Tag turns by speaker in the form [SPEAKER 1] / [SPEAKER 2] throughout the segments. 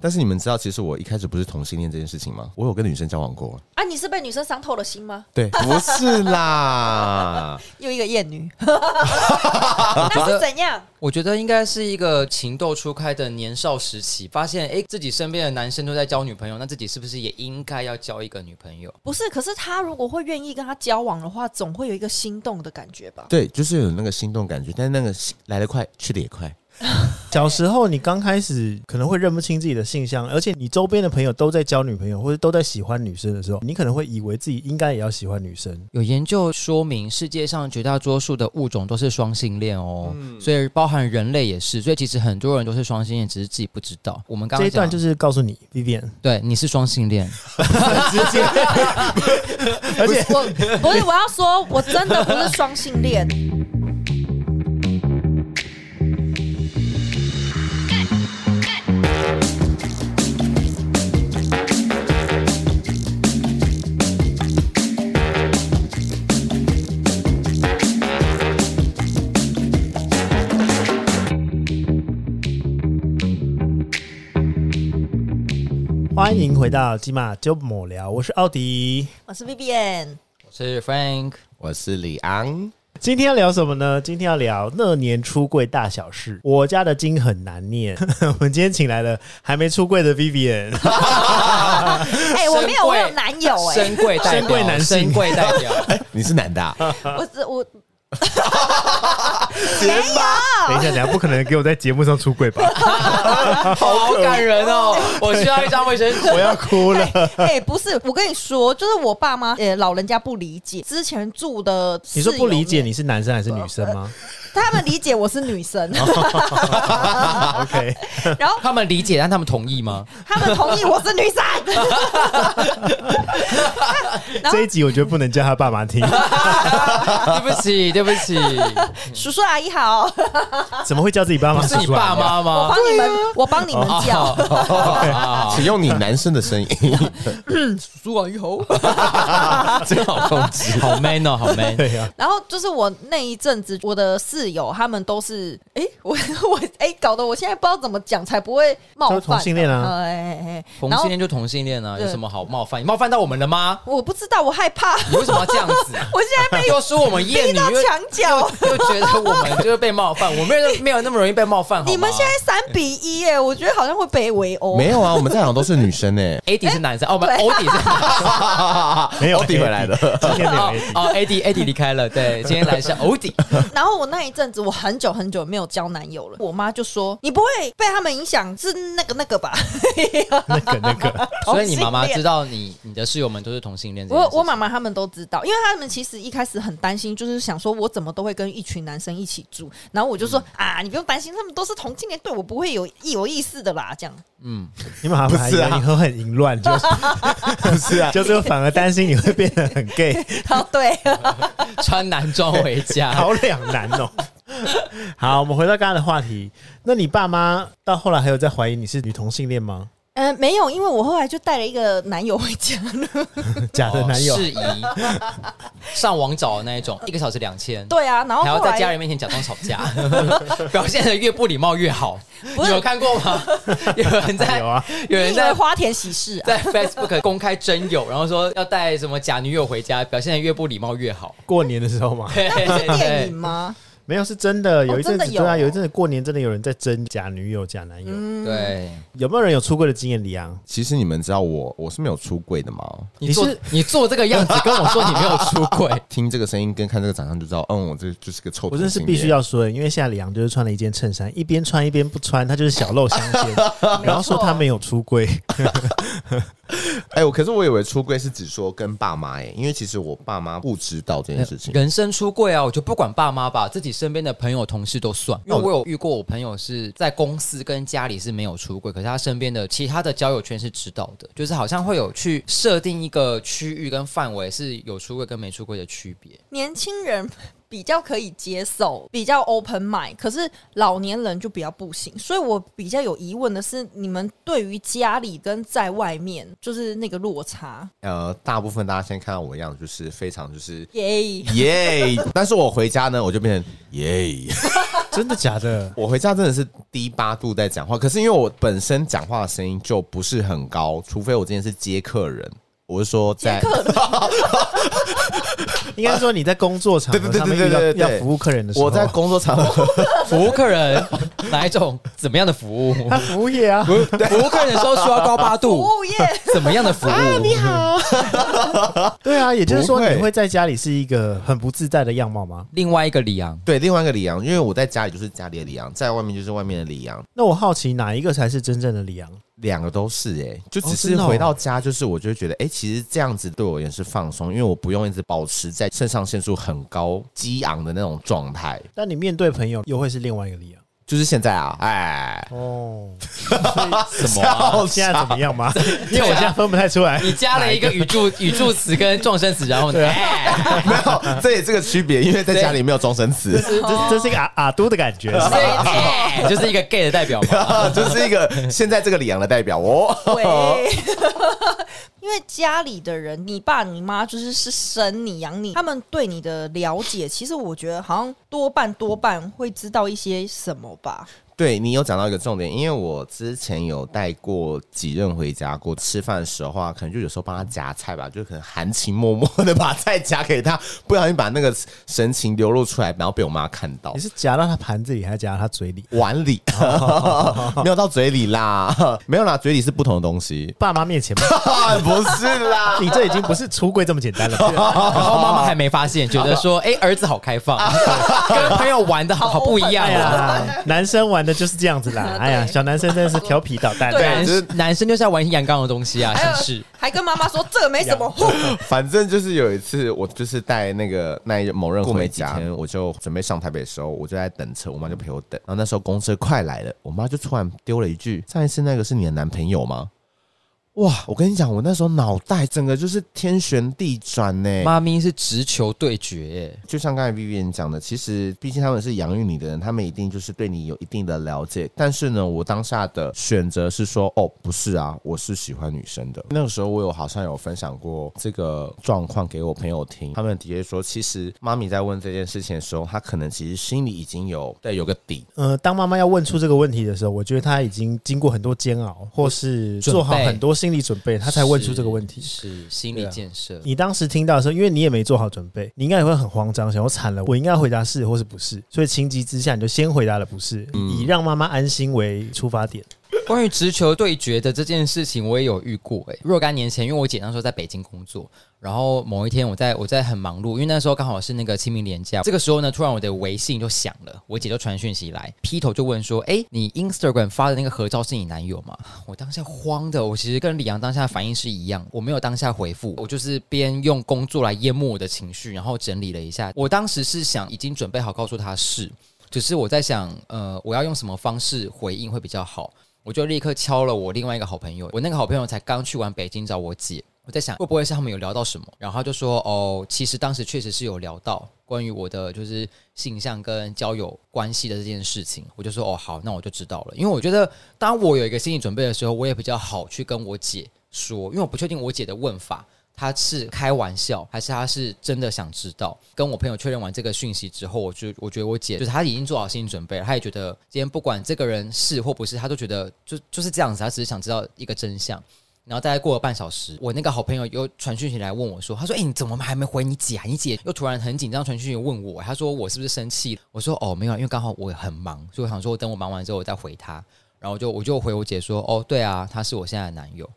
[SPEAKER 1] 但是你们知道，其实我一开始不是同性恋这件事情吗？我有跟女生交往过，
[SPEAKER 2] 啊，你是被女生伤透了心吗？
[SPEAKER 1] 对，不是 啦，
[SPEAKER 2] 又一个艳女， 那是怎样？
[SPEAKER 3] 我觉得应该是一个情窦初开的年少时期，发现诶自己身边的男生都在交女朋友，那自己是不是也应该要交一个女朋友？
[SPEAKER 2] 不是，可是他如果会愿意跟他交往的话，总会有一个心动的感觉吧？
[SPEAKER 1] 对，就是有那个心动感觉，但是那个心来得快，去得也快。
[SPEAKER 4] 小时候你刚开始可能会认不清自己的性向，而且你周边的朋友都在交女朋友或者都在喜欢女生的时候，你可能会以为自己应该也要喜欢女生。
[SPEAKER 3] 有研究说明，世界上绝大多数的物种都是双性恋哦，所以包含人类也是。所以其实很多人都是双性恋，只是自己不知道。我们刚
[SPEAKER 4] 这
[SPEAKER 3] 刚
[SPEAKER 4] 一
[SPEAKER 3] 讲
[SPEAKER 4] 段就是告诉你，Vivian，
[SPEAKER 3] 对，你是双性恋，
[SPEAKER 4] 直接，而且
[SPEAKER 2] 我不是，我要说，我真的不是双性 恋。
[SPEAKER 4] 欢迎回到金马就抹聊，我是奥迪。
[SPEAKER 2] 我是 Vivian，
[SPEAKER 3] 我是 Frank。
[SPEAKER 1] 我是李昂，
[SPEAKER 4] 今天要聊什么呢？今天要聊那年出柜大小事。我家的经很难念， 我们今天请来了还没出柜 的 Vivian，
[SPEAKER 2] 哎、我没有，我有男友哎、
[SPEAKER 3] 深贵代表，
[SPEAKER 4] 深贵男性
[SPEAKER 3] 哦深贵代表。
[SPEAKER 1] 你是男的、 啊，
[SPEAKER 2] 我只 我
[SPEAKER 4] 没有。等一下，等一下，不可能给我在节目上 出柜吧？
[SPEAKER 3] 好感人哦！我需要一张卫生纸。
[SPEAKER 4] 我要哭了。
[SPEAKER 2] 哎、不是，我跟你说，就是我爸妈呃老人家不理解，之前住的
[SPEAKER 4] 你说不理解
[SPEAKER 2] 室友
[SPEAKER 4] 你是男生还是女生吗
[SPEAKER 2] 们，他们理解我是女 生，
[SPEAKER 4] ？OK，
[SPEAKER 2] 然后
[SPEAKER 3] 他们理解，但他们同意吗？
[SPEAKER 2] 他们同意我是女生， 然后
[SPEAKER 4] 这一集我觉得不能叫他爸妈 听，
[SPEAKER 3] 对不起，对不起，
[SPEAKER 2] 叔叔阿姨好，
[SPEAKER 4] 怎么会叫自己爸 妈？
[SPEAKER 3] 是你爸？妈
[SPEAKER 2] 我
[SPEAKER 3] 吗？
[SPEAKER 2] 帮你们，我帮你们
[SPEAKER 4] 啊
[SPEAKER 3] 哦
[SPEAKER 2] 叫。
[SPEAKER 3] 好，
[SPEAKER 1] 请用你男生的声 音，
[SPEAKER 3] 苏王一侯，
[SPEAKER 1] 真好控制。
[SPEAKER 3] 好 man 哦，好 man。
[SPEAKER 4] 对呀、
[SPEAKER 2] 然后就是我那一阵子，我的室友他们都是，哎、我 我哎、搞得我现在不知道怎么讲才不会冒犯、
[SPEAKER 4] 就是同性恋啊
[SPEAKER 2] 哎哎哎，
[SPEAKER 3] 同
[SPEAKER 2] 然
[SPEAKER 3] 性
[SPEAKER 2] 后
[SPEAKER 3] 恋就同性恋啊，
[SPEAKER 2] 对
[SPEAKER 3] 有什么好冒犯？你冒犯到我们了吗？
[SPEAKER 2] 我不知道，我害怕，
[SPEAKER 3] 你为什么要这样 子？
[SPEAKER 2] 我现在被
[SPEAKER 3] 又说我们 厌
[SPEAKER 2] 逼
[SPEAKER 3] 女，
[SPEAKER 2] 到
[SPEAKER 3] 又
[SPEAKER 2] 墙角。
[SPEAKER 3] 又觉得我们就是被冒犯，我们没有没有那么容易被冒犯。好 吗
[SPEAKER 2] 你们现在三比一耶，我觉得好像会被围殴。
[SPEAKER 1] 没有啊，我们在场都是女生诶、
[SPEAKER 3] AD
[SPEAKER 2] 哎
[SPEAKER 3] 是男生，哦，我们 OD 是男生
[SPEAKER 4] 没有
[SPEAKER 1] 我抵回来了。
[SPEAKER 4] 今天没有
[SPEAKER 3] 哦
[SPEAKER 4] A
[SPEAKER 3] 哦，AD AD 离开了，对， 今天来是 OD。
[SPEAKER 2] 然后我那一阵子，我很久很久没有交男友了。我妈就说：“你不会被他们影响，是那个那个吧
[SPEAKER 4] 那个那个，？”
[SPEAKER 3] 所以你妈妈
[SPEAKER 2] 同性恋
[SPEAKER 3] 知道你你的室友们都是同性恋这件
[SPEAKER 2] 我
[SPEAKER 3] 事情。
[SPEAKER 2] 我妈妈他们都知道，因为他们其实一开始很担心，就是想说我怎么都会跟一群男生一起住，然后我就说、
[SPEAKER 3] 嗯
[SPEAKER 2] 啊，你不用担心，他们都是同性恋，对我不会有意有意思的啦， 这样。
[SPEAKER 4] 你妈妈还以
[SPEAKER 1] 不是
[SPEAKER 4] 为
[SPEAKER 1] 啊
[SPEAKER 4] 你会很淫乱，就是
[SPEAKER 1] 不是啊，
[SPEAKER 4] 就是反而担心你会变得很 gay，
[SPEAKER 2] 然后对，
[SPEAKER 3] 穿男装回家，
[SPEAKER 4] 好两难哦。好，我们回到刚刚的话题。那你爸妈到后来还有在怀疑你是女同性恋吗？
[SPEAKER 2] 呃，没有，因为我后来就带了一个男友回家 了。
[SPEAKER 4] 假的男友？
[SPEAKER 3] 事哦宜，上网找的那一种，一个小时两千。
[SPEAKER 2] 对啊，然后
[SPEAKER 3] 还要
[SPEAKER 2] 后
[SPEAKER 3] 在家
[SPEAKER 2] 来
[SPEAKER 3] 人面前假装吵架， 表现的越不礼貌越好。
[SPEAKER 2] 不是
[SPEAKER 3] 有看 过吗？有人在
[SPEAKER 4] 有啊，
[SPEAKER 2] 你
[SPEAKER 3] 有人
[SPEAKER 2] 以为
[SPEAKER 3] 在
[SPEAKER 2] 花田喜事啊？
[SPEAKER 3] 在 Facebook 公开真友，然后说要带什么假女友回家，表现的越不礼貌越好。
[SPEAKER 4] 过年的时候吗？
[SPEAKER 3] 对
[SPEAKER 2] 那不是电影
[SPEAKER 3] 对
[SPEAKER 2] 吗？
[SPEAKER 4] 没有，是真的。有一阵
[SPEAKER 2] 真的
[SPEAKER 4] 子，
[SPEAKER 2] 有嗯
[SPEAKER 4] 对啊，
[SPEAKER 2] 哦
[SPEAKER 4] 有一阵子过年真的有人在争假女友、假男友。
[SPEAKER 3] 对对，
[SPEAKER 4] 有没有人有出柜的经验？李昂，
[SPEAKER 1] 其实你们知道我我是没有出柜的吗？
[SPEAKER 3] 你
[SPEAKER 4] 你
[SPEAKER 3] 做
[SPEAKER 4] 是
[SPEAKER 3] 你做这个样子，跟我说你没有出轨，
[SPEAKER 1] 听这个声音跟看这个长相就知道，嗯，我这就是个臭。
[SPEAKER 4] 我真的是必须。要说，因为现在李昂就是穿了一件衬衫，一边穿一边不穿，他就是小露相 间，然后说他没有出柜。
[SPEAKER 1] 哎、我可是我以为出柜是指说跟爸妈哎、因为其实我爸妈不知道这件事情。
[SPEAKER 3] 人生出柜啊，我就不管爸妈吧，自己身边的朋友、同事都算。因为我有遇过，我朋友是在公司跟家里是没有出柜，可是他身边的其他的交友圈是知道的，就是好像会有去 设定一个区域跟范围是有出柜跟没出柜的区别。
[SPEAKER 2] 年轻人。比较可以接受，比较 open mind，可是老年人就比较不行。所以我比较有疑问的是，你们对于家里跟在外面就是那个落差，
[SPEAKER 1] 呃，大部分大家先看到我的样子，就是非常就是
[SPEAKER 2] 耶、
[SPEAKER 1] 耶，但是我回家呢，我就变成耶。
[SPEAKER 4] 真的假的？
[SPEAKER 1] 我回家真的是低八度在讲话，可是因为我本身讲话的声音就不是很高，除非我今天是接客人，我是说在
[SPEAKER 2] 接客人
[SPEAKER 4] 应该说你在工作场合
[SPEAKER 1] 对对对
[SPEAKER 4] 上面
[SPEAKER 1] 对对对
[SPEAKER 4] 遇
[SPEAKER 1] 对
[SPEAKER 4] 到
[SPEAKER 1] 对
[SPEAKER 4] 要服务客人的时候，
[SPEAKER 1] 我在工作场合，
[SPEAKER 3] 服务客人哪一种怎么样的服务？
[SPEAKER 4] 他服务业 啊，
[SPEAKER 3] 服务客人的时候需要高八度，
[SPEAKER 2] 服务业。
[SPEAKER 3] 怎么样的服务？啊你好。
[SPEAKER 4] 对啊，也就是说
[SPEAKER 1] 不会
[SPEAKER 4] 你会在家里是一个很不自在的样貌吗？
[SPEAKER 3] 另外一个李 昂，
[SPEAKER 1] 对另外一个李阳，因为我在家里就是家里的李阳，在外面就是外面的李阳，
[SPEAKER 4] 那我好奇哪一个才是真正的李阳？
[SPEAKER 1] 两个都是哎、就只
[SPEAKER 4] 哦真
[SPEAKER 1] 是
[SPEAKER 4] 的哦
[SPEAKER 1] 回到家就是我就会觉得哎、其实这样子对我而言是放松，因为我不用一直保持在肾上腺素很高激昂的那种状态，
[SPEAKER 4] 但你面对朋友又会是另外一个李阳
[SPEAKER 1] 就是现在啊，哎。
[SPEAKER 4] 哦。
[SPEAKER 3] 什么啊？
[SPEAKER 4] 现在怎么样吗？因为我现在分不太出来。
[SPEAKER 3] 你加了一个语助语助词跟撞声词，然后呢？哎
[SPEAKER 1] 没有，这也这个区别，因为在家里没有终身词，
[SPEAKER 4] 这这是一
[SPEAKER 1] 哦
[SPEAKER 4] 个阿阿都的感觉，是
[SPEAKER 3] 所
[SPEAKER 4] 吧
[SPEAKER 3] 以 哎就是一个 gay 的代表嘛。
[SPEAKER 1] 就是一个现在这个李阳的代表哦。
[SPEAKER 2] 喂，因为家里的人，你爸你妈就是是生你养你，他们对你的了解，其实我觉得好像多半多半会知道一些什么吧。
[SPEAKER 1] 对你有讲到一个重点，因为我之前有带过几任回家过，吃饭的时候啊，可能就有时候帮他夹菜吧，就可能含情脉脉的把菜夹给他，不小心把那个神情流露出来，然后被我妈看到
[SPEAKER 4] 你。是夹到他盘子里，还是夹到他嘴里？，
[SPEAKER 1] 碗里 没有到嘴里啦， 没有啦，嘴里是不同的东西
[SPEAKER 4] 爸妈面前吗？
[SPEAKER 1] 不是啦，
[SPEAKER 4] 你这已经不是出柜这么简 单了。
[SPEAKER 3] 然后妈妈还没发现，觉得说，哎，儿子好开放，跟朋友玩的好好不一样
[SPEAKER 4] 哎
[SPEAKER 3] 啊。
[SPEAKER 4] 呀，男生玩的就是这样子 啦。哎呀，
[SPEAKER 2] 哦对
[SPEAKER 4] 小男生真的是调皮捣蛋。
[SPEAKER 2] 对
[SPEAKER 3] 啊
[SPEAKER 2] 啊
[SPEAKER 3] 男
[SPEAKER 1] 就是
[SPEAKER 3] 男生就是要玩阳刚的东西啊，
[SPEAKER 2] 还
[SPEAKER 3] 是
[SPEAKER 2] 有
[SPEAKER 3] 不是？
[SPEAKER 2] 还跟妈妈说这个没什么，哼
[SPEAKER 1] 反正就是有一次，我就是带那个那一某人回家，我就准备上台北的时候，我就在等车，我妈就陪我等。然后那时候公车快来了，我妈就突然丢了一句：“上一次那个是你的男朋友吗？”哇！我跟你讲，我那时候脑袋整个就是天旋地转呢、
[SPEAKER 4] 哎
[SPEAKER 3] 妈咪是直球对决、
[SPEAKER 1] 就像刚才 Vivian 讲的，其实毕竟他们是养育你的人，他们一定就是对你有一定的了解。但是呢，我当下的选择是说，哦，不是啊，我是喜欢女生的。那个时候我有好像有分享过这个状况给我朋友听，他们的确说，其实妈咪在问这件事情的时候，她可能其实心里已经有对有个底。
[SPEAKER 4] 呃，当妈妈要问出这个问题的时候，我觉得她已经经过很多煎熬，或是
[SPEAKER 3] 准备
[SPEAKER 4] 做好很多心理准备，她才问出这个问题。啊
[SPEAKER 3] 是心理建设。
[SPEAKER 4] 你当时听到的时候，因为你也没做好准备，你应该也会很慌张，想我惨了，我应该回答是或是不是。所以情急之下，你就先回答了不是，
[SPEAKER 2] 嗯
[SPEAKER 4] 以让妈妈安心为出发点。
[SPEAKER 3] 关于直球对决的这件事情，我也有遇过、哎，若干年前，因为我姐那时候在北京工作，然后某一天我在我在很忙碌，因为那时候刚好是那个清明连假，这个时候呢，突然我的微信就响了，我姐就传讯息来，劈头就问说：“哎、你 Instagram 发的那个合照是你男友吗？”我当下慌的，我其实跟李阳当下的反应是一样，我没有当下回复，我就是边用工作来淹没我的情绪，然后整理了一下，我当时是想已经准备好告诉他是，只是我在想，呃，我要用什么方式回应会比较好。我就立刻敲了我另外一个好朋友，我那个好朋友才刚去完北京找我姐，我在想会不会是他们有聊到什么，然后他就说哦，其实当时确实是有聊到关于我的就是性向跟交友关系的这件事情，我就说哦好，那我就知道了，因为我觉得当我有一个心理准备的时候，我也比较好去跟我姐说，因为我不确定我姐的问法。她是呃开玩笑，还是她是真的想知道？跟我朋友确认完这个讯息之后，我就我觉得我姐就是她已经做好心理准备了，她也觉得今天不管这个人是或不是，她都觉得就就是这样子，她只是想知道一个真相。然后大概过了半小时，我那个好朋友又传讯息来问我说：“他说，哎、你怎么还没回你姐、啊？你姐又突然很紧张传讯息问我，他说我是不是生气？我说哦没有啊，因为刚好我很忙，所以我想说哦我等我忙完之后我再回他。然后我就我就回我姐说：哦，对啊，他是我现在的男友。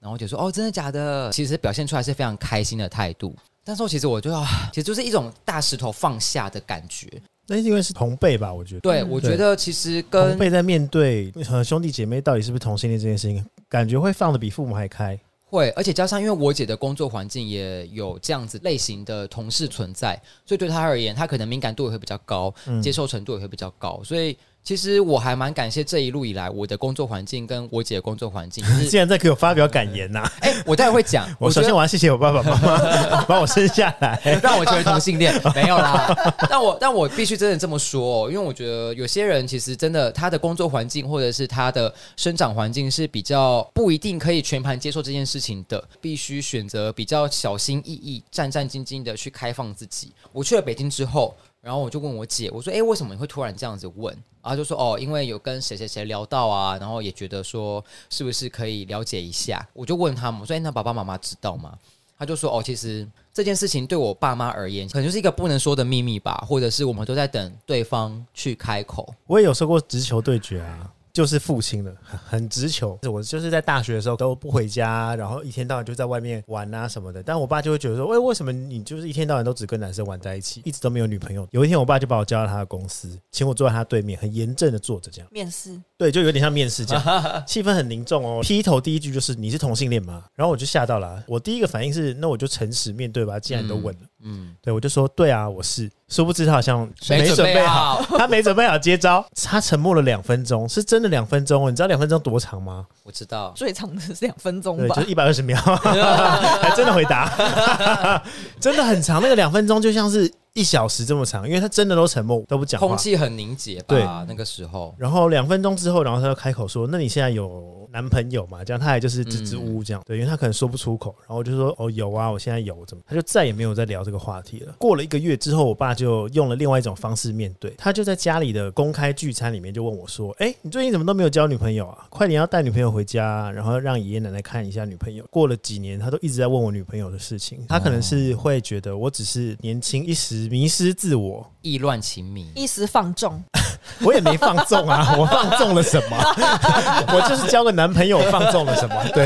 [SPEAKER 3] 然后我姐说：哦，真的假的？其实表现出来是非常开心的态度。但是其实我就要，啊其实就是一种大石头放下的感觉。
[SPEAKER 4] 那是因为是同辈吧，我觉得。
[SPEAKER 3] 对，
[SPEAKER 2] 嗯
[SPEAKER 3] 我觉得其实跟
[SPEAKER 4] 同辈在面对呃兄弟姐妹到底是不是同性恋这件事情，感觉会放的比父母还开。
[SPEAKER 3] 会，而且加上因为我姐的工作环境也有这样子类型的同事存在，所以对她而言，她可能敏感度也会比较高，接受程度也会比较高，所以其实我还蛮感谢这一路以来我的工作环境跟我姐的工作环境，就是
[SPEAKER 4] 竟然在给我发表感言呐、
[SPEAKER 3] 哎、我待会会讲，
[SPEAKER 4] 我
[SPEAKER 3] 觉
[SPEAKER 4] 首
[SPEAKER 3] 得
[SPEAKER 4] 先我要谢谢我爸爸妈 妈把我生下来。
[SPEAKER 3] 让我成为同性恋，没有啦。但我但我必须真的这么说、哦，因为我觉得有些人其实真的他的工作环境或者是他的生长环境是比较不一定可以全盘接受这件事情的，必须选择比较小心翼翼、战战兢兢的去开放自己。我去了北京之后。然后我就问我姐，我说：“哎，为什么你会突然这样子问？”然后就说：“哦，因为有跟谁谁谁聊到啊，然后也觉得说是不是可以了解一下。”我就问他们，我说：“哎，那爸爸妈妈知道吗？”他就说：“哦，其实这件事情对我爸妈而言，可能就是一个不能说的秘密吧，或者是我们都在等对方去开口。
[SPEAKER 4] 我也有受过直球对决啊，就是父亲的，很很直球。我就是在大学的时候都不回家，然后一天到晚就在外面玩啊什么的。但我爸就会觉得说，喂，为什么你就是一天到晚都只跟男生玩在一起，一直都没有女朋友？有一天，我爸就把我叫到他的公司，请我坐在他对面，很严正的坐着这样。
[SPEAKER 2] 面试
[SPEAKER 4] 对，就有点像面试这 样，气氛很凝重哦。劈头第一句就是你是同性恋吗？然后我就吓到了啊、我第一个反应是，那我就诚实面对吧，既然你都问了，
[SPEAKER 3] 嗯，
[SPEAKER 4] 对我就说对啊，我是。殊不知他好像
[SPEAKER 3] 没
[SPEAKER 4] 准
[SPEAKER 3] 准
[SPEAKER 4] 备
[SPEAKER 3] 备
[SPEAKER 4] 好，
[SPEAKER 3] 好。
[SPEAKER 4] 他没准备好接招，他沉默了两分钟，是真的两分钟哦。你知道两分钟多长吗？
[SPEAKER 3] 我知道，
[SPEAKER 2] 最长的是两分钟
[SPEAKER 4] 对，
[SPEAKER 2] 吧
[SPEAKER 4] 就？是一百二十 秒，还真的回答， 真的很长。那个两分钟就像是一小时这么长，因为他真的都沉默都不讲话
[SPEAKER 3] 空。气很凝结
[SPEAKER 4] 对
[SPEAKER 3] 吧？那个时候，
[SPEAKER 4] 然后两分钟之后，然后他就开口说：“那你现在有男朋友吗？”这样他也就是支支吾吾这样，对，因为他可能说不出口。然后我就说：“哦，有啊，我现在有怎么？”他就再也没有再聊这个话题了。过了一个月之后，我爸就用了另外一种方式面对，他就在家里的公开聚餐里面就问我说：“哎，你最近怎么都没有交女朋友啊？快点要带女朋友回家啊，然后让爷爷奶奶看一下女朋友。”过了几年，他都一直在问我女朋友的事情。他可能是会觉得我只是年轻一时迷失自我，
[SPEAKER 3] 意乱情迷，
[SPEAKER 2] 一时放 纵，
[SPEAKER 4] 我也没放纵啊，我放纵了什么？我就是交个男朋友，放纵了什么？对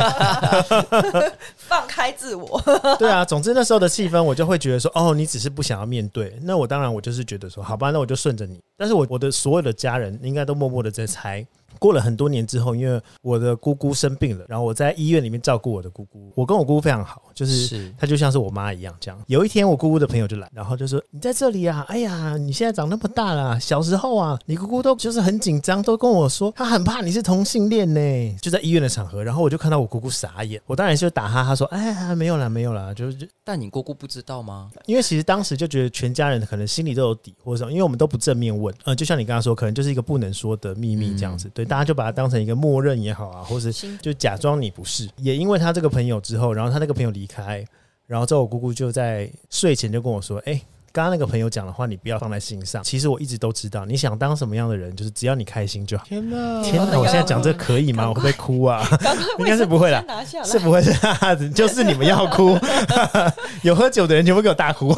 [SPEAKER 2] 放开自我，
[SPEAKER 4] 对啊，总之那时候的气氛，我就会觉得说，哦，你只是不想要面对。那我当然我就是觉得说，好吧，那我就顺着你。但是我我的所有的家人应该都默默的在猜。过了很多年之后，因为我的姑姑生病了，然后我在医院里面照顾我的姑姑。我跟我姑姑非常好，就是
[SPEAKER 3] 是
[SPEAKER 4] 她就像是我妈一样这样。有一天，我姑姑的朋友就来，然后就说：“你在这里啊？哎呀，你现在长那么大了，小时候啊，你姑姑都就是很紧张，都跟我说她很怕你是同性恋呢。”就在医院的场合，然后我就看到我姑姑傻眼，我当然就打哈哈说：“哎呀，没有啦，没有啦，就是就
[SPEAKER 3] 但你姑姑不知道吗？
[SPEAKER 4] 因为其实当时就觉得全家人可能心里都有底，或者什么，因为我们都不正面问，呃，就像你刚刚说，可能就是一个不能说的秘密这样子，对，大家就把它当成一个默认也好啊，或是
[SPEAKER 2] 心
[SPEAKER 4] 就假装你不是。也因为他这个朋友之后，然后他那个朋友离开，然后之后我姑姑就在睡前就跟我说，哎、刚刚那个朋友讲的话，你不要放在心上。其实我一直都知道，你想当什么样的人，就是只要你开心就好。
[SPEAKER 1] 天哪！
[SPEAKER 4] 天哪！我现在讲这可以吗？我会不会哭啊？应该是不会啦
[SPEAKER 2] 先，拿下
[SPEAKER 4] 是
[SPEAKER 2] 来。
[SPEAKER 4] 不会 是哈哈，就是你们要哭，有喝酒的人全部给我大哭。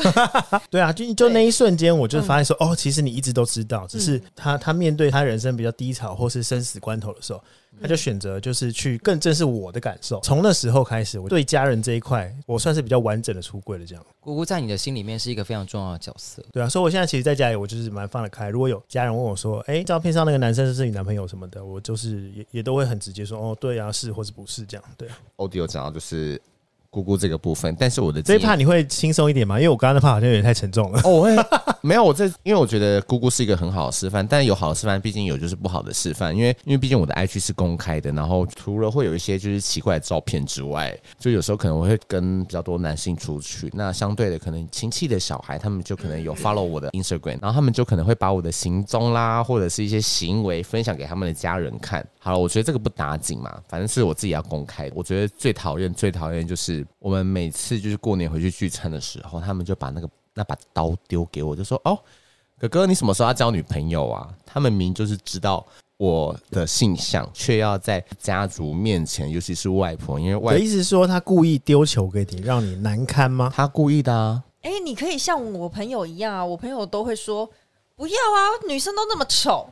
[SPEAKER 4] 对啊，就就那一瞬间，我就发现说，哦，其实你一直都知道，只是他他面对他人生比较低潮或是生死关头的时候，他就选择就是去更正视我的感受。从那时候开始，我对家人这一块，我算是比较完整的出柜了，这样。
[SPEAKER 3] 姑姑在你的心里面是一个非常重要的角色。
[SPEAKER 4] 对啊，所以我现在其实在家里，我就是蛮放得开。如果有家人问我说：“哎、照片上那个男生是你男朋友什么的”，我就是也也都会很直接说：“哦，对啊，是或是不是这样。”对啊，
[SPEAKER 1] 欧弟有讲到就是姑姑这个部分，但是我的
[SPEAKER 4] 这一
[SPEAKER 1] 建议
[SPEAKER 4] 怕你会轻松一点吗？因为我刚刚那怕好像有点太沉重了。
[SPEAKER 1] 哦，我会 没有我这，因为我觉得姑姑是一个很好的示范，但有好的示范，毕竟有就是不好的示范，因为因为毕竟我的 IG 是公开的，然后除了会有一些就是奇怪的照片之外，就有时候可能我会跟比较多男性出去，那相对的可能亲戚的小孩他们就可能有 follow 我的 Instagram，然后他们就可能会把我的行踪啦，或者是一些行为分享给他们的家人看。好了，我觉得这个不打紧嘛，反正是我自己要公开。我觉得最讨厌最讨厌就是我们每次就是过年回去聚餐的时候，他们就把那个那把刀丢给我，就说：“哦，哥哥，你什么时候要交女朋友啊？”他们明明就是知道我的性向，却要在家族面前，尤其是外婆，因为
[SPEAKER 4] 我的
[SPEAKER 1] 外
[SPEAKER 4] 意思是说，他故意丢球给你，让你难堪 吗？
[SPEAKER 1] 她故意的啊。
[SPEAKER 2] 哎、你可以像我朋友一样啊，我朋友都会说。不要啊！女生都那么 丑，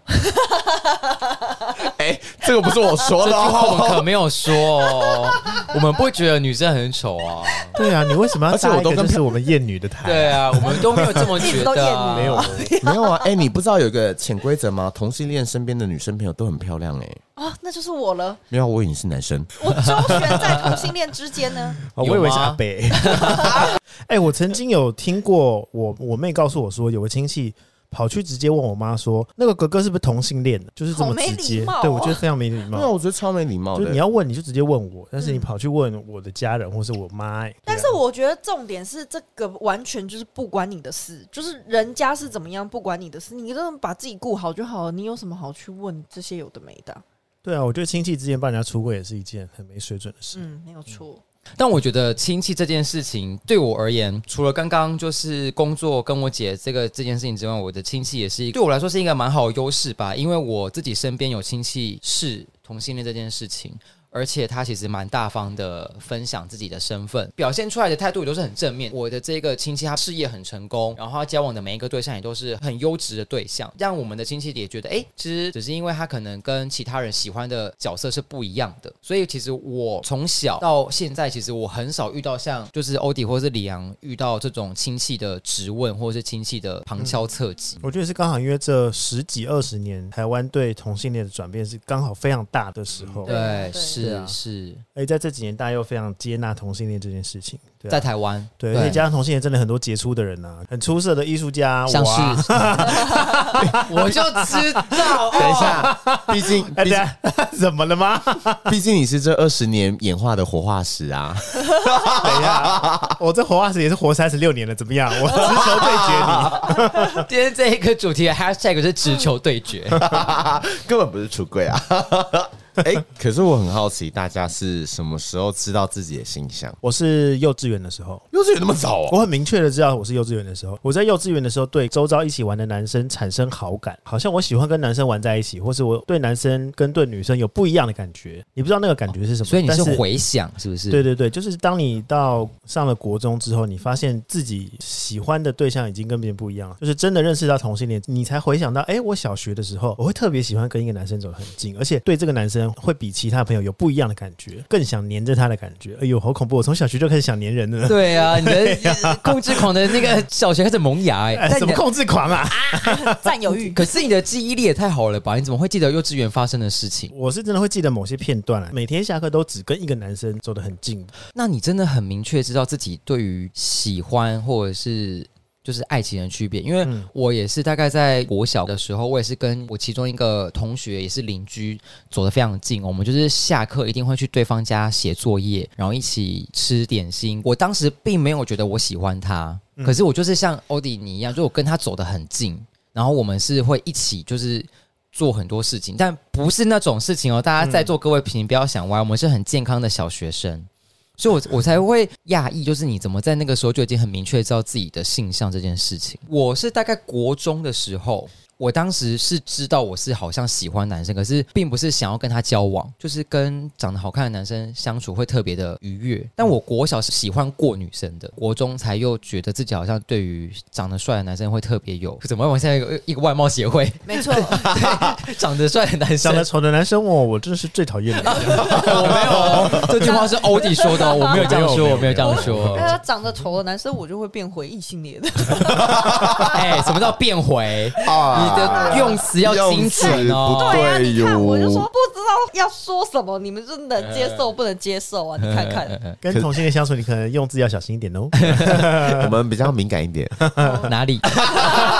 [SPEAKER 1] 哎、这个不是我说
[SPEAKER 3] 这句
[SPEAKER 1] 的、
[SPEAKER 3] 话我们
[SPEAKER 1] 哦。
[SPEAKER 3] 可没有说 哦，我们不觉得女生很丑啊。
[SPEAKER 4] 对啊，你为什么要
[SPEAKER 1] 而且我
[SPEAKER 4] 搭一
[SPEAKER 1] 都
[SPEAKER 4] 个
[SPEAKER 1] 跟
[SPEAKER 4] 就是我们厌女的台？
[SPEAKER 3] 对啊，我们都没有这 么
[SPEAKER 2] 一
[SPEAKER 3] 觉
[SPEAKER 2] 直都
[SPEAKER 3] 得
[SPEAKER 2] 厌
[SPEAKER 3] 啊。
[SPEAKER 2] 女没有
[SPEAKER 1] 没有啊，哎、你不知道有一个潜规则吗？同性恋身边的女生朋友都很漂亮哎、
[SPEAKER 2] 啊，那就是我了。
[SPEAKER 1] 没有啊，我以为你是男生。
[SPEAKER 2] 我周旋在同性恋之间 呢，
[SPEAKER 4] 哦
[SPEAKER 3] 有
[SPEAKER 4] 我以为是
[SPEAKER 3] 吗
[SPEAKER 4] 阿 北。哎、我曾经有听过我我妹告诉我说，有个亲戚跑去直接问我妈说，那个哥哥是不是同性恋的？就是这么直接，
[SPEAKER 2] 好没礼貌哦
[SPEAKER 4] 对我觉得非常没礼
[SPEAKER 1] 对啊，
[SPEAKER 4] 貌。
[SPEAKER 1] 我觉得超没礼貌
[SPEAKER 4] 就是你
[SPEAKER 1] 的。
[SPEAKER 4] 要问你就直接问我，但是你跑去问我的家人或是我妈、欸，
[SPEAKER 2] 嗯但
[SPEAKER 4] 对啊
[SPEAKER 2] 是我觉得重点是这个完全就是不关你的事，就是人家是怎么样不关你的事，你真的把自己顾好就好了。你有什么好去问这些有的没的？
[SPEAKER 4] 对啊，我觉得亲戚之间帮人家出柜也是一件很没水准的事。
[SPEAKER 2] 嗯，没有错。
[SPEAKER 3] 但我觉得亲戚这件事情对我而言，除了刚刚就是工作跟我姐这个这件事情之外，我的亲戚也是一对我来说是一个蛮好的优势吧，因为我自己身边有亲戚是同性恋这件事情。而且他其实蛮大方的，分享自己的身份，表现出来的态度也都是很正面。我的这个亲戚他事业很成功，然后他交往的每一个对象也都是很优质的对象，让我们的亲戚也觉得，哎，其实只是因为他可能跟其他人喜欢的角色是不一样的，所以其实我从小到现在，其实我很少遇到像就是欧迪或是李阳遇到这种亲戚的质问或是亲戚的旁敲侧击。
[SPEAKER 4] 我觉得是刚好因为这十几二十年，台湾对同性恋的转变是刚好非常大的时候，
[SPEAKER 2] 对
[SPEAKER 3] 嗯对，
[SPEAKER 2] 对
[SPEAKER 3] 是、
[SPEAKER 4] 对啊
[SPEAKER 3] 是，
[SPEAKER 4] 而且在这几年大家又非常接纳同性恋这件事情，对、
[SPEAKER 3] 在
[SPEAKER 4] 啊，
[SPEAKER 3] 台湾，
[SPEAKER 4] 对，而且加上同性恋真的很多杰出的人啊，很出色的艺术家，
[SPEAKER 3] 像
[SPEAKER 4] 我啊
[SPEAKER 3] 是，啊 我就知道，
[SPEAKER 1] 等一下，毕竟
[SPEAKER 4] 哎，
[SPEAKER 1] 毕
[SPEAKER 4] 对啊， 怎么了 吗？
[SPEAKER 1] 毕竟你是这二十年演化的活化石啊！
[SPEAKER 4] 等一下，我这活二十也是活三十六年了，怎么样？我直球对 决你。
[SPEAKER 3] 今天这一个主题的 hashtag 是直球对决，
[SPEAKER 1] 根本不是出柜啊！ 哎、可是我很好奇，大家是什么时候知道自己的性向？
[SPEAKER 4] 我是幼稚园的时候，
[SPEAKER 1] 幼稚园那么早哦？
[SPEAKER 4] 我很明确的知道我是幼稚园的时候。我在幼稚园的时候对周遭一起玩的男生产生好感，好像我喜欢跟男生玩在一起，或是我对男生跟对女生有不一样的感觉。你不知道那个感觉是什么，
[SPEAKER 3] 哦所以你
[SPEAKER 4] 但
[SPEAKER 3] 是
[SPEAKER 4] 是
[SPEAKER 3] 回想是不是？
[SPEAKER 4] 对对对，就是当你到上了国中之后，你发现自己喜欢的对象已经跟别人不一样了，就是真的认识到同性恋，你才回想到，哎，我小学的时候，我会特别喜欢跟一个男生走得很近，而且对这个男生会比其他朋友有不一样的感觉，更想黏着他的感觉。哎呦，好恐怖！我从小学就开始想黏人了。
[SPEAKER 3] 对啊，你的控制狂的那个小学开始萌芽哎、
[SPEAKER 4] 哎，
[SPEAKER 3] 但
[SPEAKER 4] 什
[SPEAKER 3] 你
[SPEAKER 4] 么
[SPEAKER 3] 的
[SPEAKER 4] 控制狂啊！
[SPEAKER 2] 占嗯有欲，
[SPEAKER 3] 可是你的记忆力也太好了吧？你怎么会记得幼稚园发生的事情？
[SPEAKER 4] 我是真的会记得某些片段
[SPEAKER 3] 嗯
[SPEAKER 4] 啊，每天下课都只跟一个男生走得很近，
[SPEAKER 3] 那你真的很明确知道自己对于喜欢或者是。就是爱情的区别，因为
[SPEAKER 4] 嗯
[SPEAKER 3] 我也是大概在国小的时候，我也是跟我其中一个同学，也是邻居，走得非常近。我们就是下课一定会去对方家写作业，然后一起吃点心。我当时并没有觉得我喜欢他，
[SPEAKER 4] 嗯
[SPEAKER 3] 可是我就是像欧迪你一样，就我跟他走得很近，然后我们是会一起就是做很多事情，但不是那种事情哦。大家
[SPEAKER 4] 嗯
[SPEAKER 3] 在座各位，请不要想歪，我们是很健康的小学生，所以我我才会讶异，就是你怎么在那个时候就已经很明确知道自己的性向这件事情。我是大概国中的时候。我当时是知道我是好像喜欢男生，可是并不是想要跟他交往，就是跟长得好看的男生相处会特别的愉悦。但我国小是喜欢过女生的，国中才又觉得自己好像对于长得帅的男生会特别有， 怎么会往下一个一个外貌协会？
[SPEAKER 2] 没错，
[SPEAKER 3] 长得帅的男生
[SPEAKER 4] 长， 得丑的男生哦，我真的是最讨厌 的。
[SPEAKER 3] 我没有，这句话是欧弟说的哦，我没有这样说，我没 有这样说
[SPEAKER 2] 那。他啊长得丑的男生，我就会变回异性恋。
[SPEAKER 3] 哎，什么叫变回？你
[SPEAKER 1] 啊
[SPEAKER 3] 的用词要精准哦。
[SPEAKER 1] 哎
[SPEAKER 2] 对啊，你看，
[SPEAKER 1] 哟
[SPEAKER 2] 我就说不知道要说什么，你们就能接受不能接受啊？你看看，
[SPEAKER 4] 跟同性恋相处，你可能用字要小心一点哦。
[SPEAKER 1] 我们比较敏感一点。
[SPEAKER 3] 哪里？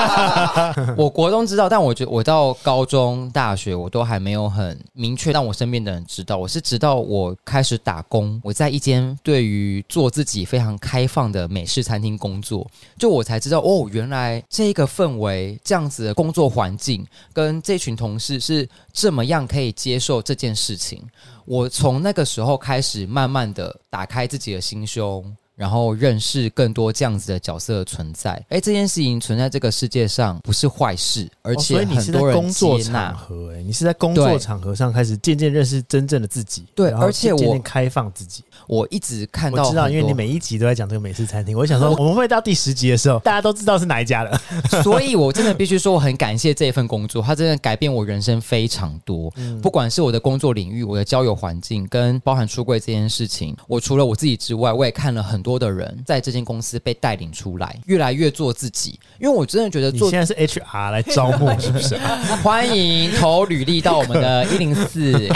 [SPEAKER 3] 我国中知道，但我觉我到高中、大学，我都还没有很明确让我身边的人知道。我是直到我开始打工，我在一间对于做自己非常开放的美式餐厅工作，就我才知道哦，原来这个氛围、这样子的工作环境跟这群同事是这么样可以接受这件事情。我从那个时候开始，慢慢的打开自己的心胸，然后认识更多这样子的角色的存在。哎，这件事情存在这个世界上不是坏事， 而
[SPEAKER 4] 哦所
[SPEAKER 3] 且
[SPEAKER 4] 以你
[SPEAKER 3] 很
[SPEAKER 4] 是在
[SPEAKER 3] 多人
[SPEAKER 4] 工作
[SPEAKER 3] 接
[SPEAKER 4] 场
[SPEAKER 3] 纳。
[SPEAKER 4] 合、哎，你是在工作
[SPEAKER 3] 对
[SPEAKER 4] 场合上开始渐渐认识真正的自己，
[SPEAKER 3] 对
[SPEAKER 4] 然后
[SPEAKER 3] 而且
[SPEAKER 4] 渐渐
[SPEAKER 3] 我
[SPEAKER 4] 开放自己。
[SPEAKER 3] 我一直看到
[SPEAKER 4] 我
[SPEAKER 3] 很多，
[SPEAKER 4] 知道，因为你每一集都在讲这个美式餐厅，我想说，我们会到第十集的时候，大家都知道是哪一家了。
[SPEAKER 3] 所以我真的必须说，我很感谢这一份工作，它真的改变我人生非常多。
[SPEAKER 4] 嗯
[SPEAKER 3] 不管是我的工作领域、我的交友环境，跟包含出柜这件事情，我除了我自己之外，我也看了很多的人在这间公司被带领出来，越来越做自己。因为我真的觉得
[SPEAKER 4] 你
[SPEAKER 3] 做
[SPEAKER 4] 现在是 HR 来招 募是不是啊？
[SPEAKER 3] 欢迎投履历到我们 的一零四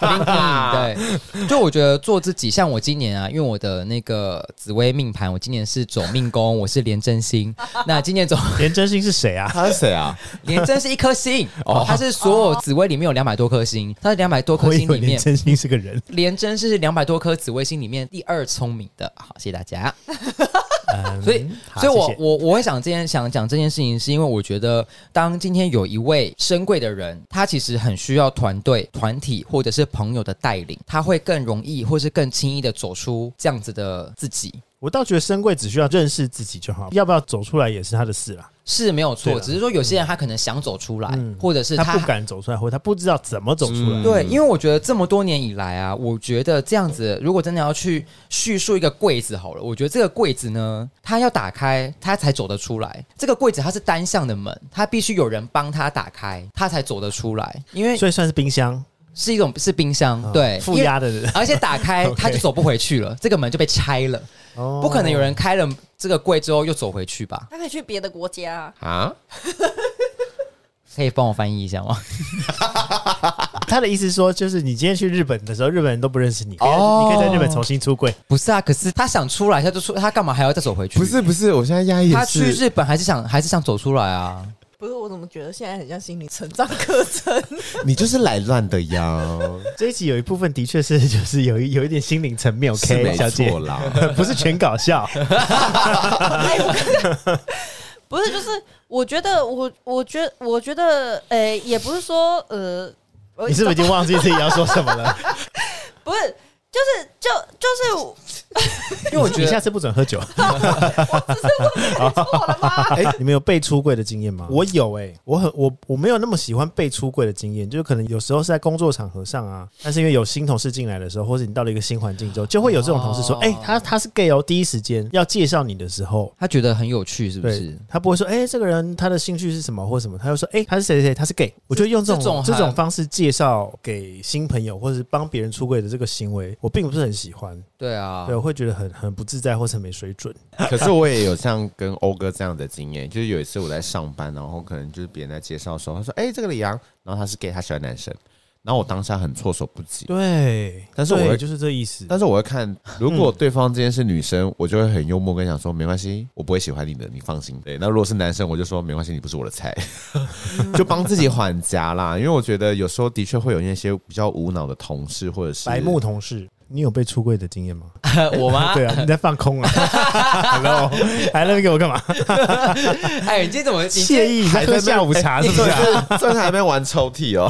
[SPEAKER 3] 对，就我觉得做自己，像我今年啊，因为我的那个紫薇命盘，我今年是走命宫，我是廉贞星。那今年走
[SPEAKER 4] 连真心是谁啊？
[SPEAKER 1] 他是谁啊？
[SPEAKER 3] 廉贞是一颗星，哦，它是所有紫薇里面有两百多颗星，它是两百多颗
[SPEAKER 4] 我以
[SPEAKER 3] 星
[SPEAKER 4] 为
[SPEAKER 3] 里
[SPEAKER 4] 连
[SPEAKER 3] 面。
[SPEAKER 4] 真心是个人。
[SPEAKER 3] 廉贞是两百多颗紫微星里面第二聪明的，好，谢谢大家。
[SPEAKER 4] 嗯
[SPEAKER 3] 所以，
[SPEAKER 4] 好
[SPEAKER 3] 所以我
[SPEAKER 4] 谢谢
[SPEAKER 3] 我我会想这件想讲这件事情，是因为我觉得，当今天有一位珍贵的人，他其实很需要团队、团体或者是朋友的带领，他会更容易或是更轻易的走出这样子的自己。
[SPEAKER 4] 我倒觉得深贵只需要认识自己就好，要不要走出来也是他的事啦。
[SPEAKER 3] 是没有
[SPEAKER 4] 对
[SPEAKER 3] 错，
[SPEAKER 4] 啦
[SPEAKER 3] 只是说有些人他可能想走出来，
[SPEAKER 4] 嗯
[SPEAKER 3] 或者是
[SPEAKER 4] 他不敢走出来，或者他不知道怎么走出来。
[SPEAKER 1] 嗯
[SPEAKER 3] 对，因为我觉得这么多年以来啊，我觉得这样子，如果真的要去叙述一个柜子好了，我觉得这个柜子呢，它要打开，它才走得出来。这个柜子它是单向的门，它必须有人帮它打开，它才走得出来。因为
[SPEAKER 4] 所以算是冰箱，
[SPEAKER 3] 是一种是冰箱，
[SPEAKER 4] 啊
[SPEAKER 3] 对，
[SPEAKER 4] 负压的
[SPEAKER 3] 因为
[SPEAKER 4] 人，
[SPEAKER 3] 而且打开
[SPEAKER 4] OK
[SPEAKER 3] 它就走不回去了，这个门就被拆了，
[SPEAKER 4] 不
[SPEAKER 3] 不可能有人开了这个柜之后又走回去吧？
[SPEAKER 2] 他可以去别的国家啊、
[SPEAKER 1] 啊，
[SPEAKER 3] 可以帮我翻译一下吗？
[SPEAKER 4] 他的意思是说，就是你今天去日本的时候，日本人都不认识你，
[SPEAKER 3] 哦
[SPEAKER 4] 你可以在日本重新出柜。
[SPEAKER 3] 不是啊，可是他想出来，他就出，他干嘛还要再走回去？
[SPEAKER 1] 不是不是，我现在压抑
[SPEAKER 3] 他
[SPEAKER 1] 的
[SPEAKER 3] 去
[SPEAKER 1] 是，
[SPEAKER 3] 日本还是想还是想走出来啊？
[SPEAKER 2] 不是，我怎么觉得现在很像心理成长课程？
[SPEAKER 1] 你就是来乱的 呀，
[SPEAKER 4] 这一集有一部分的确是就是有一有一点心灵层面
[SPEAKER 1] 是
[SPEAKER 4] ，OK，
[SPEAKER 1] 没
[SPEAKER 4] 小姐
[SPEAKER 1] 错，啦。
[SPEAKER 4] 不是全搞笑。
[SPEAKER 2] 哎我跟不是，就是我觉得，我我觉得，我觉得，呃、也不是说，呃，我
[SPEAKER 4] 你是不是已经忘记自己要说什么 了？
[SPEAKER 2] 不是，就是就就是
[SPEAKER 3] 因为我觉
[SPEAKER 4] 你
[SPEAKER 3] 得
[SPEAKER 4] 下次不准 喝酒。
[SPEAKER 2] 错了吗？
[SPEAKER 4] 哎、你们有被出柜的经验吗？我有
[SPEAKER 2] 欸
[SPEAKER 4] 哎、我很我我没有那么喜欢被出柜的经验，就是可能有时候是在工作场合上啊，但是因为有新同事进来的时候，或者你到了一个新环境之后，就会有这种同事说，
[SPEAKER 3] 哦
[SPEAKER 4] 哎、他他是 gay 哦，第一时间要介绍你的时候。
[SPEAKER 3] 他觉得很有趣，是不
[SPEAKER 4] 对
[SPEAKER 3] 是？
[SPEAKER 4] 他不会说，哎、这个人他的兴趣是什么或什么，他就说，哎、他是谁谁谁，他是 gay。我觉得用这种
[SPEAKER 3] 这种
[SPEAKER 4] 这种
[SPEAKER 3] 还
[SPEAKER 4] 方式介绍给新朋友，或者是帮别人出柜的这个行为，我并不是很喜欢，
[SPEAKER 3] 对啊
[SPEAKER 4] 对，，我会觉得很很不自在，或是很没水准。
[SPEAKER 1] 可是我也有像跟欧哥这样的经验，就是有一次我在上班，然后可能就是别人在介绍的时候，他说：“哎、这个李阳，然后他是 gay，他喜欢男生。”然后我当下很措手不及，
[SPEAKER 4] 对，
[SPEAKER 1] 但是我
[SPEAKER 4] 对
[SPEAKER 1] 会
[SPEAKER 4] 就是这意思。
[SPEAKER 1] 但是我会看，
[SPEAKER 3] 嗯
[SPEAKER 1] 如果对方今天是女生，我就会很幽默跟你讲说：“没关系，我不会喜欢你的，你放心。”对，那如果是男生，我就说：“没关系，你不是我的菜。” 就帮自己缓夹啦，因为我觉得有时候的确会有那些比较无脑的同事或者是
[SPEAKER 4] 白 目同事，你有被出柜的经验吗？
[SPEAKER 3] 我吗？
[SPEAKER 4] 对啊，你在放空 啊！Hello，还那边给我干嘛？
[SPEAKER 3] 哎，你今天怎么？你今
[SPEAKER 4] 惬
[SPEAKER 3] 天哎
[SPEAKER 4] 意在喝下午茶是不是啊？
[SPEAKER 1] 这还没玩抽屉哦，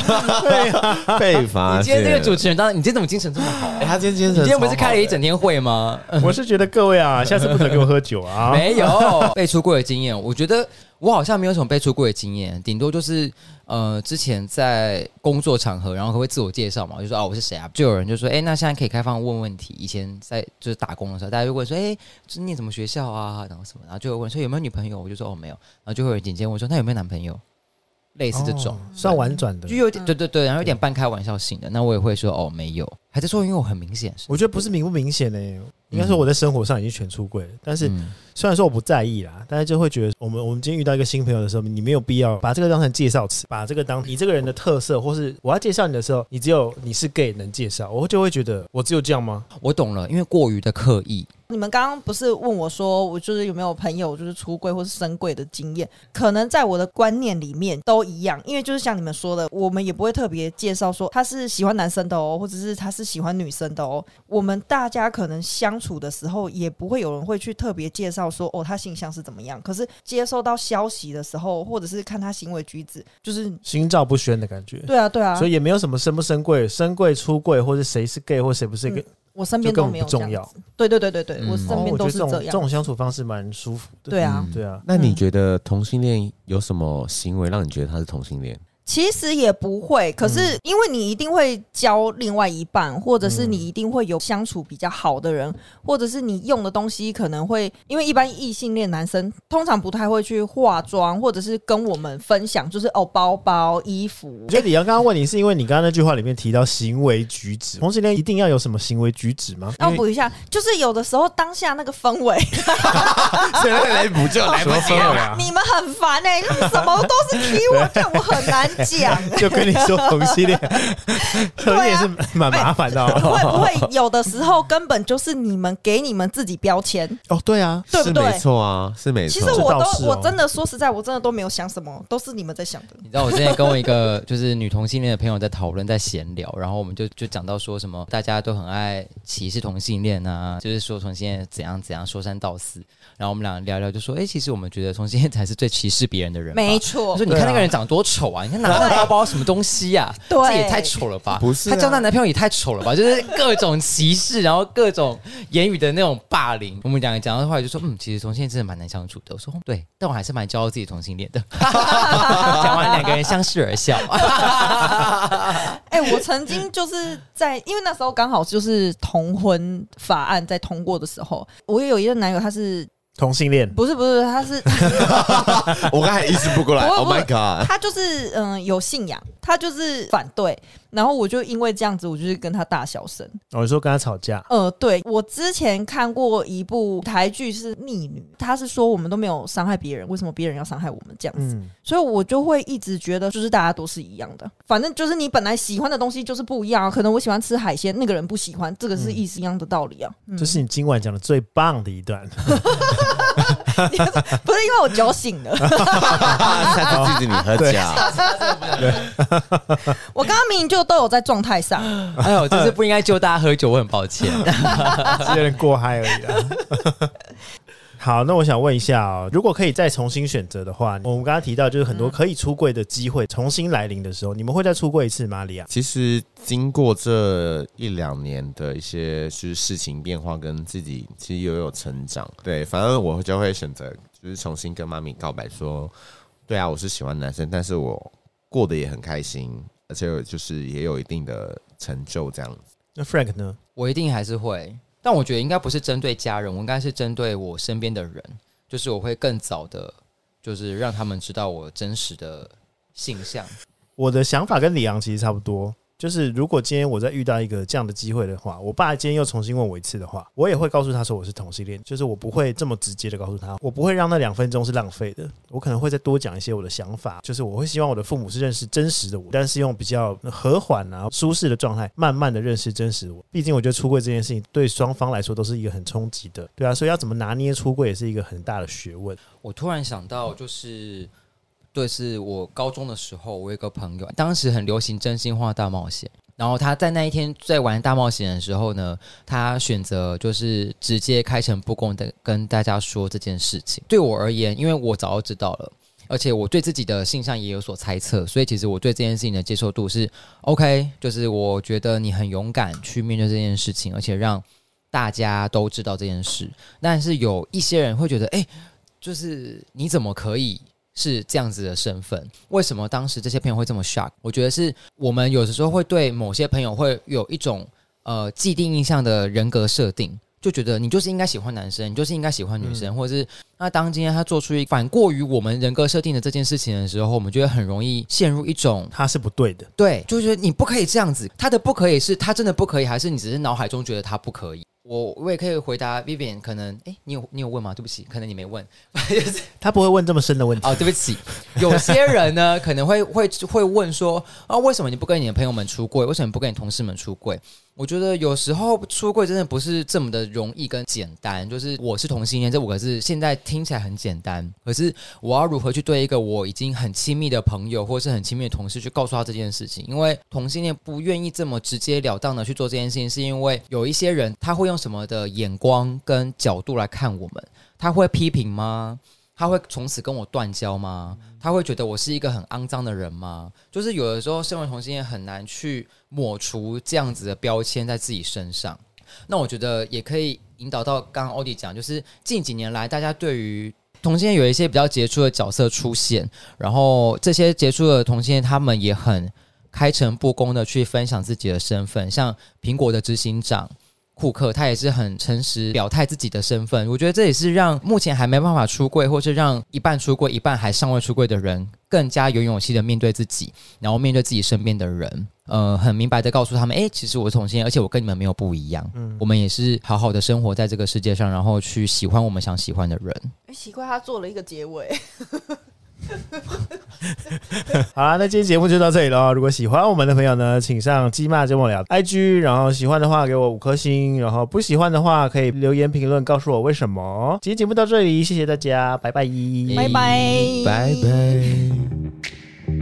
[SPEAKER 1] 被罚。
[SPEAKER 3] 你今天这个主持人，当然，你今天怎么精神这么 好？
[SPEAKER 1] 哎，他今天精神，
[SPEAKER 3] 你今天不是开了一整。天会吗？
[SPEAKER 4] 我是觉得各 位啊，下次不准给我喝酒啊！
[SPEAKER 3] 没有 被出柜的经验，我觉得我好像没有什么被出柜的经验，顶多就是呃之前在工作场合，然后会自我介绍嘛，就说啊我是谁啊，就有人就说哎、那现在可以开放问问题，以前在就是打工的时候，大家就问说哎、就是念什么学校啊，然后什么，然后就会问说有没有女朋友，我就说哦没有，然后就会有人紧接着问说那有没有男朋友，类似这种。
[SPEAKER 4] 哦算婉转的
[SPEAKER 3] 就。有点对对对，然后有点半开玩笑性的，那我也会说哦没有，还在说因为我很明显是，
[SPEAKER 4] 我觉得不是明不明显呢、应该说我在生活上已经全出柜了，但是
[SPEAKER 3] 嗯
[SPEAKER 4] 虽然说我不在意啦，但是就会觉得我们我们今天遇到一个新朋友的时候，你没有必要把这个当成介绍词，把这个当你这个人的特色，或是我要介绍你的时候，你只有你是 gay 能介绍，我就会觉得我只有这样吗？
[SPEAKER 3] 我懂了，因为过于的刻意，
[SPEAKER 2] 你们刚刚不是问我说，我就是有没有朋友就是出柜或是升柜的经验？可能在我的观念里面都一样，因为就是像你们说的，我们也不会特别介绍说他是喜欢男生的哦，或者是他是喜欢女生的哦。我们大家可能相处的时候，也不会有人会去特别介绍说哦，他性向是怎么样。可是接收到消息的时候，或者是看他行为举止，就是
[SPEAKER 4] 心照不宣的感觉。
[SPEAKER 2] 对啊，对啊
[SPEAKER 4] 所。以也没有什么升不升贵、升贵出柜，或者谁是 gay 或谁不是 gay，、
[SPEAKER 2] 我身
[SPEAKER 4] 就
[SPEAKER 2] 边嗯
[SPEAKER 4] 根
[SPEAKER 2] 都
[SPEAKER 4] 本
[SPEAKER 2] 没有
[SPEAKER 4] 不
[SPEAKER 2] 这
[SPEAKER 4] 重要
[SPEAKER 2] 样。子。对对对对对，
[SPEAKER 3] 嗯
[SPEAKER 2] 我
[SPEAKER 4] 哦
[SPEAKER 2] 身边
[SPEAKER 4] 我觉
[SPEAKER 2] 都
[SPEAKER 4] 得
[SPEAKER 2] 是
[SPEAKER 4] 这种
[SPEAKER 2] 这
[SPEAKER 4] 这
[SPEAKER 2] 样。
[SPEAKER 4] 种相处方式蛮舒服的。
[SPEAKER 2] 对啊，
[SPEAKER 3] 嗯
[SPEAKER 4] 对啊，
[SPEAKER 1] 那
[SPEAKER 2] 你
[SPEAKER 1] 你觉得同性恋有什么行为让你觉得他是同性恋？
[SPEAKER 2] 其实也不会，可是因为你一定会交另外一半，或者是你一定会有相处比较好的人，或者是你用的东西可能会，因为一般异性恋男生通常不太会去化妆，或者是跟我们分享，就是哦包包、衣服哎
[SPEAKER 4] 我。觉得李阳刚刚问你，是因为你刚刚那句话里面提到行为举止，同性恋一定要有什么行为举止吗？
[SPEAKER 2] 那我补一下，就是有的时候当下那个氛围，
[SPEAKER 1] 现在来补救
[SPEAKER 3] 哦
[SPEAKER 1] 来
[SPEAKER 5] 什
[SPEAKER 1] 不
[SPEAKER 5] 么氛
[SPEAKER 1] 及
[SPEAKER 5] 围
[SPEAKER 1] 了。
[SPEAKER 5] 啊？
[SPEAKER 2] 你们很烦哎、就是什么都是 key word，但我很难讲。
[SPEAKER 4] 就跟你说同 性恋，同性恋是
[SPEAKER 2] 啊
[SPEAKER 4] 蛮麻烦的
[SPEAKER 2] 会
[SPEAKER 4] 哦。
[SPEAKER 2] 不会有的时候根本就是你们给你们自己标签？
[SPEAKER 4] 哦，对啊，
[SPEAKER 2] 对不
[SPEAKER 1] 是
[SPEAKER 2] 对
[SPEAKER 1] 没错啊，是没错。
[SPEAKER 2] 其实我
[SPEAKER 4] 这倒
[SPEAKER 2] 都
[SPEAKER 4] 是哦
[SPEAKER 2] 我真的说实在，我真的都没有想什么，都是你们在想的。
[SPEAKER 3] 你知道我之前跟我一个就是女同性恋的朋友在讨论，在闲聊，然后我们就就讲到说什么大家都很爱歧视同性恋啊，就是说同性恋怎样怎样说三道四，然后我们俩聊一聊就说，哎、其实我们觉得同性恋才是最歧视别人的人吧，
[SPEAKER 2] 没
[SPEAKER 3] 我
[SPEAKER 2] 错
[SPEAKER 3] 说，你看那个人长得多丑啊！你看拿那个包包什么东西呀、啊？
[SPEAKER 2] 对
[SPEAKER 3] 这也太丑了吧！
[SPEAKER 1] 不是啊
[SPEAKER 3] 她交那男朋友也太丑了吧！就是各种歧视，然后各种言语的那种霸凌。我们两个讲到后来就说，嗯，其实同性恋真的蛮难相处的。我说哦对，但我还是蛮骄傲自己同性恋的。讲完两个人相视而笑。
[SPEAKER 2] 哎、我曾经就是在，因为那时候刚好就是同婚法案在通过的时候，我也有一个男友，他是
[SPEAKER 4] 同性恋
[SPEAKER 2] 不是不是，他是
[SPEAKER 1] 我刚才意识不过来
[SPEAKER 2] 不会
[SPEAKER 1] ，Oh my
[SPEAKER 2] 不
[SPEAKER 1] god！
[SPEAKER 2] 他就是嗯有信仰，他就是反对，然后我就因为这样子，我就是跟他大小声。
[SPEAKER 4] 我说跟他吵架，
[SPEAKER 2] 呃，对我之前看过一部台剧是《逆女》，他是说我们都没有伤害别人，为什么别人要伤害我们这样子？
[SPEAKER 4] 嗯，
[SPEAKER 2] 所以我就会一直觉得，就是大家都是一样的，反正就是你本来喜欢的东西就是不一样、啊。可能我喜欢吃海鲜，那个人不喜欢，这个是意思一样的道理啊。 嗯
[SPEAKER 4] 这是你今晚讲的最棒的一段。
[SPEAKER 2] 不是因为我酒醒了，
[SPEAKER 1] 下次禁止你喝假，
[SPEAKER 2] 我刚刚明明就都有在状态上，
[SPEAKER 3] 哎呦，真是不应该揪大家喝酒，我很抱歉。
[SPEAKER 4] 只 是有点过嗨而已啊啦。好，那我想问一下哦，如果可以再重新选择的话，我们刚刚提到就是很多可以出柜的机会重新来临的时候，你们会再出柜一次吗？莉亚？
[SPEAKER 1] 其实经过这一两年的一些就是事情变化，跟自己其实也有成长。对，反正我就会选择就是重新跟妈咪告白说，对啊，我是喜欢男生，但是我过得也很开心，而且就是也有一定的成就这 样子。
[SPEAKER 4] 那 Frank 呢？
[SPEAKER 3] 我一定还是会，但我觉得应该不是针对家人，我应该是针对我身边的人，就是我会更早的，就是让他们知道我真实的性向。
[SPEAKER 4] 我的想法跟李阳其实差不多，就是如果今天我再遇到一个这样的机会的话，我爸今天又重新问我一次的话，我也会告诉他说我是同性恋，就是我不会这么直接的告诉他，我不会让那两分钟是浪费的，我可能会再多讲一些我的想法，就是我会希望我的父母是认识真实的我，但是用比较和缓啊舒适的状态，慢慢的认识真实的我。毕竟我觉得出柜这件事情对双方来说都是一个很冲击的，对啊，所以要怎么拿捏出柜也是一个很大的学问。
[SPEAKER 3] 我突然想到，就是对，是我高中的时候，我有一个朋友，当时很流行真心话大冒险。然后他在那一天在玩大冒险的时候呢，他选择就是直接开诚布公的跟大家说这件事情。对我而言，因为我早就知道了，而且我对自己的性向也有所猜测，所以其实我对这件事情的接受度是 OK，就是我觉得你很勇敢去面对这件事情，而且让大家都知道这件事。但是有一些人会觉得，哎、就是你怎么可以是这样子的身份？为什么当时这些朋友会这么 shock？我觉得是我们有的时候会对某些朋友会有一种呃既定印象的人格设定，就觉得你就是应该喜欢男生，你就是应该喜欢女生，或者是那当今天他做出一反过于我们人格设定的这件事情的时候，我们就会很容易陷入一种
[SPEAKER 4] 他是不对的，
[SPEAKER 3] 对，就觉得你不可以这样子。他的不可以是他真的不可以，还是你只是脑海中觉得他不可以？我我也可以回答 Vivian，可能诶，你有你有问吗？对不起，可能你没问。
[SPEAKER 4] 他不会问这么深的问题。
[SPEAKER 3] 哦，对不起，有些人呢 可能会会会问说啊，为什么你不跟你的朋友们出柜？为什么你不跟你同事们出柜？我觉得有时候出柜真的不是这么的容易跟简单，就是我是同性恋这五个字，现在听起来很简单，可是我要如何去对一个我已经很亲密的朋友或是很亲密的同事去告诉他这件事情？因为同性恋不愿意这么直截了当的去做这件事情，是因为有一些人他会用什么的眼光跟角度来看我们，他会批评吗？他会从此跟我断交吗？他会觉得我是一个很肮脏的人吗？就是有的时候，身为同性恋很难去抹除这样子的标签在自己身上。那我觉得也可以引导到刚刚欧弟讲，就是近几年来大家对于同性恋有一些比较杰出的角色出现，然后这些杰出的同性恋他们也很开诚布公的去分享自己的身份，像苹果的执行长。库克他也是很诚实表态自己的身份，我觉得这也是让目前还没办法出柜，或是让一半出柜、一半还尚未出柜的人更加有勇气的面对自己，然后面对自己身边的人，呃，很明白的告诉他们，哎、其实我是同性恋，而且我跟你们没有不一样，我们也是好好的生活在这个世界上，然后去喜欢我们想喜欢的人。
[SPEAKER 2] 哎奇怪，他做了一个结尾，
[SPEAKER 4] 好啦，那今天节目就到这里了。如果喜欢我们的朋友呢，请上鸡骂节目聊 IG，然后喜欢的话给我五颗星，然后不喜欢的话可以留言评论告诉我为什么。今天节目到这里，谢谢大家，拜拜。
[SPEAKER 2] 拜拜，
[SPEAKER 1] 拜拜。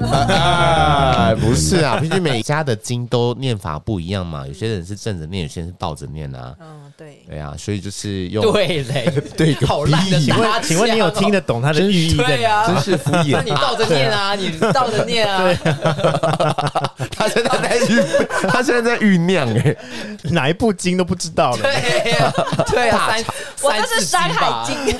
[SPEAKER 1] 啊，不是啊，毕竟每家的经都念法不一样嘛，有些人是正着念，有些人是倒着念啊。
[SPEAKER 2] 嗯，对。
[SPEAKER 1] 对啊，所以就是用，
[SPEAKER 3] 对嘞，
[SPEAKER 1] 对个
[SPEAKER 3] 好烂的
[SPEAKER 1] 屁
[SPEAKER 3] 搭
[SPEAKER 4] 请
[SPEAKER 3] 腔哦
[SPEAKER 4] 问，请问你有听得懂它的寓意在
[SPEAKER 3] 对
[SPEAKER 4] 哪？
[SPEAKER 3] 啊，
[SPEAKER 1] 真是敷
[SPEAKER 3] 那
[SPEAKER 1] 衍。
[SPEAKER 3] 你倒着念啊，你倒着念啊，
[SPEAKER 1] 他现在在酝，他现在在酝酿哎，
[SPEAKER 4] 哪一部经都不知道了。
[SPEAKER 3] 对呀， 对啊呀，三
[SPEAKER 2] 我这是《山海经》。